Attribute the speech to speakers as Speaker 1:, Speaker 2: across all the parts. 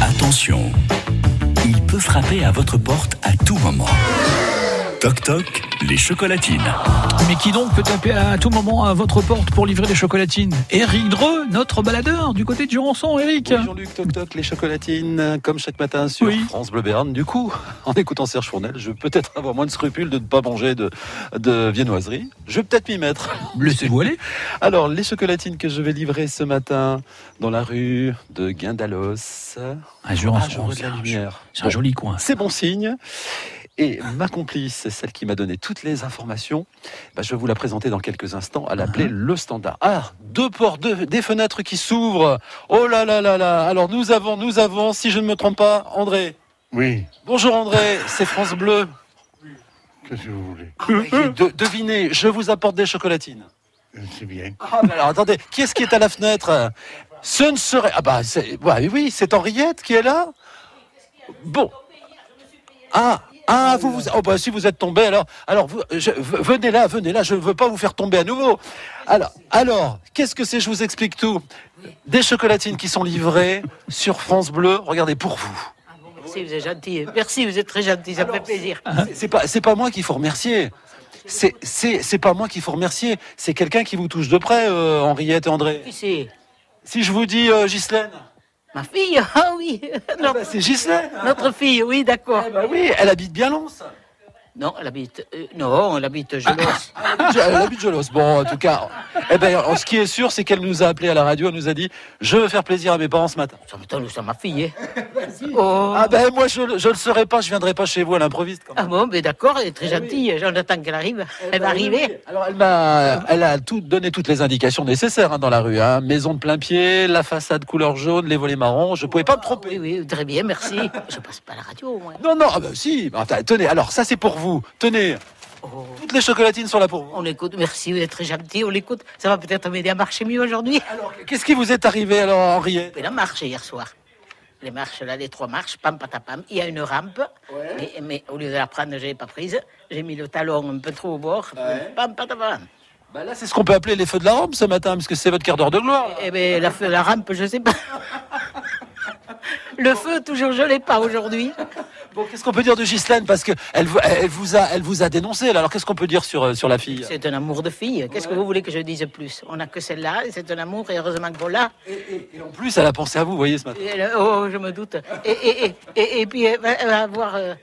Speaker 1: Attention, il peut frapper à votre porte à tout moment. Toc toc, les chocolatines.
Speaker 2: Mais qui donc peut taper à tout moment à votre porte pour livrer des chocolatines Eric Dreux, notre baladeur du côté de Jurançon, Eric.
Speaker 3: Bonjour Jean-Luc, toc toc, les chocolatines, comme chaque matin sur
Speaker 2: Oui.
Speaker 3: France Bleu Béarn. Du coup, en écoutant Serge Fournel, je vais peut-être avoir moins de scrupules de ne pas manger de, de viennoiserie. Je vais peut-être m'y mettre.
Speaker 2: Laissez-vous aller.
Speaker 3: Alors, les chocolatines que je vais livrer ce matin dans la rue de Guindalos.
Speaker 2: À
Speaker 3: Ah,
Speaker 2: Jurançon,
Speaker 3: j'aurai de
Speaker 2: c'est
Speaker 3: la
Speaker 2: un-
Speaker 3: lumière.
Speaker 2: c'est un joli coin.
Speaker 3: C'est bon signe. Et ma complice, celle qui m'a donné toutes les informations, bah, je vais vous la présenter dans quelques instants. Elle appelait le standard. Ah, deux portes, deux- des fenêtres qui s'ouvrent. Oh là là là là. Alors nous avons, nous avons, si je ne me trompe pas, André.
Speaker 4: Oui,
Speaker 3: Bonjour André, c'est France Bleu.
Speaker 4: qu'est-ce que vous voulez
Speaker 3: De- devinez, je vous apporte des chocolatines.
Speaker 4: C'est bien.
Speaker 3: Ah, mais alors attendez, qui est-ce qui est à la fenêtre Ce ne serait. Ah bah, c'est... ouais, oui, c'est Henriette qui est là Bon. Ah, ah, vous vous. Oh bah si vous êtes tombé, alors. Alors, vous- je- v- venez là, venez là, je ne veux pas vous faire tomber à nouveau. Alors, alors qu'est-ce que c'est Je vous explique tout. Des chocolatines qui sont livrées sur France Bleu, regardez, pour vous.
Speaker 5: Merci, vous êtes gentil. Merci, vous êtes très gentil, ça me fait plaisir.
Speaker 3: C'est- C'est pas, c'est pas moi qu'il faut remercier. C'est, c'est, c'est pas moi qu'il faut remercier. C'est quelqu'un qui vous touche de près, euh, Henriette et André.
Speaker 5: Qui c'est
Speaker 3: Si je vous dis euh, Ghislaine.
Speaker 5: Ma fille Ah oui
Speaker 3: Ah
Speaker 5: notre,
Speaker 3: bah, c'est Ghislaine
Speaker 5: notre fille, oui, d'accord.
Speaker 3: Ah bah oui, elle habite bien Lens.
Speaker 5: Non, elle habite. euh, non, elle habite
Speaker 3: Ah,
Speaker 5: Gelos.
Speaker 3: Je- Elle habite Jolos. Bon, en tout cas, eh ben, en- ce qui est sûr, c'est qu'elle nous a appelé à la radio, elle nous a dit Je veux faire plaisir à mes parents ce matin.
Speaker 5: Ça m'étonne où ça, ma fille. hein. Oh.
Speaker 3: Ah ben, moi, je ne le serai pas, je viendrai pas chez vous à l'improviste. quand même.
Speaker 5: Ah bon, mais d'accord, elle est
Speaker 3: Eh
Speaker 5: très gentille. J'en attends qu'elle arrive.
Speaker 3: ben
Speaker 5: Elle va arriver.
Speaker 3: Ah. Alors, elle m'a, elle a tout donné toutes les indications nécessaires hein, dans la rue. hein. Maison de plein pied, la façade couleur jaune, les volets marrons. Je pouvais pas me tromper.
Speaker 5: Oui, oui, très bien, merci. Je passe pas la radio, au moins.
Speaker 3: Non, non, ah ben, si. Attends, tenez, alors ça c'est pour vous. Tenez,
Speaker 5: Oh,
Speaker 3: toutes les chocolatines sont là pour vous.
Speaker 5: On écoute, merci, vous êtes très gentil, on l'écoute. Ça va peut-être m'aider à marcher mieux aujourd'hui.
Speaker 3: Alors, qu'est-ce qui vous est arrivé alors, Henriette
Speaker 5: fait la marche hier soir. Les marches, là, les trois marches, pam, patapam. Il y a une rampe, mais, mais au lieu de la prendre, je l'ai pas prise. J'ai mis le talon un peu trop au bord. Pam, patapam.
Speaker 3: Bah là, c'est ce qu'on peut appeler les feux de la rampe ce matin, parce que c'est votre quart d'heure de gloire.
Speaker 5: Eh bien, la, feu- la rampe, je sais pas. le feu, toujours, je l'ai pas aujourd'hui.
Speaker 3: Bon, qu'est-ce qu'on peut dire de Ghislaine Parce que elle, vous- elle vous a, elle vous a dénoncé. là. Alors, qu'est-ce qu'on peut dire sur, euh, sur la fille
Speaker 5: C'est un amour de fille. Qu'est-ce que vous voulez que je dise plus On n'a que celle-là, et c'est un amour, et heureusement qu'on l'a.
Speaker 3: Et en plus, elle a pensé à vous, vous voyez, ce matin.
Speaker 5: Et elle- Oh, je me doute. Et, et, et, et, et puis, elle va, elle va avoir euh,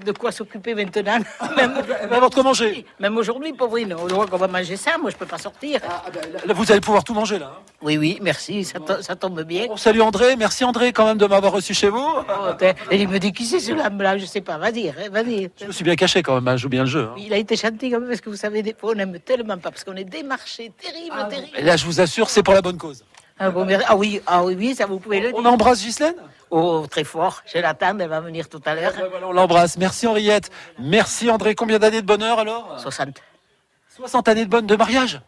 Speaker 5: de, de quoi s'occuper maintenant. Même-
Speaker 3: Elle va avoir de quoi manger.
Speaker 5: Même aujourd'hui, pauvrine, on voit qu'on va manger ça, moi je peux pas sortir.
Speaker 3: Ah, bah, Là, vous allez pouvoir tout manger, là. hein.
Speaker 5: Oui, oui, merci, ça, to- ça tombe bien.
Speaker 3: Bon, salut André. Merci André, quand même, de m'avoir reçu chez vous.
Speaker 5: Oh, t'es- Et il me dit, qui c'est ce lame-là Je sais pas, vas-y, hein, vas-y.
Speaker 3: Je me suis bien caché, quand même. hein, Je joue bien le jeu. hein.
Speaker 5: Il a été chanté quand même, parce que vous savez, des fois, on n'aime tellement pas, parce qu'on est démarché, terrible,
Speaker 3: Et
Speaker 5: terrible.
Speaker 3: là, je vous assure, c'est pour la bonne cause.
Speaker 5: Ah, bon, merci. ah oui, ah oui, oui, ça vous pouvez le
Speaker 3: On
Speaker 5: dire.
Speaker 3: embrasse Ghislaine
Speaker 5: Oh, très fort, je l'attends, elle va venir tout à l'heure.
Speaker 3: Ouais, voilà, On l'embrasse. Merci Henriette. Merci André. Combien d'années de bonheur, alors
Speaker 5: 60,
Speaker 3: 60 années de bonne de mariage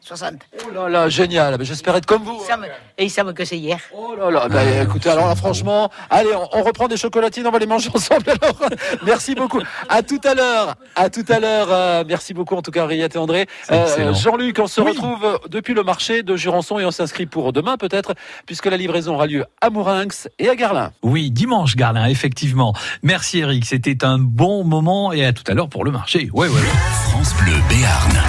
Speaker 5: 60.
Speaker 3: Oh là là, génial. J'espère être comme vous. hein.
Speaker 5: Ils savent- Et ils savent que c'est hier.
Speaker 3: Oh là là, bah, écoutez, alors là, franchement, allez, on, on reprend des chocolatines, on va les manger ensemble. Alors, merci beaucoup. À tout à l'heure. À tout à l'heure. euh, merci beaucoup, en tout cas, Riette et André. Euh, Jean-Luc, on se retrouve euh, depuis le marché de Jurançon et on s'inscrit pour demain, peut-être, puisque la livraison aura lieu à Mourinx et à Garlin.
Speaker 2: Oui, dimanche, Garlin, effectivement. Merci, Eric. C'était un bon moment et à tout à l'heure pour le marché. Ouais, ouais.
Speaker 1: France Bleu Béarn.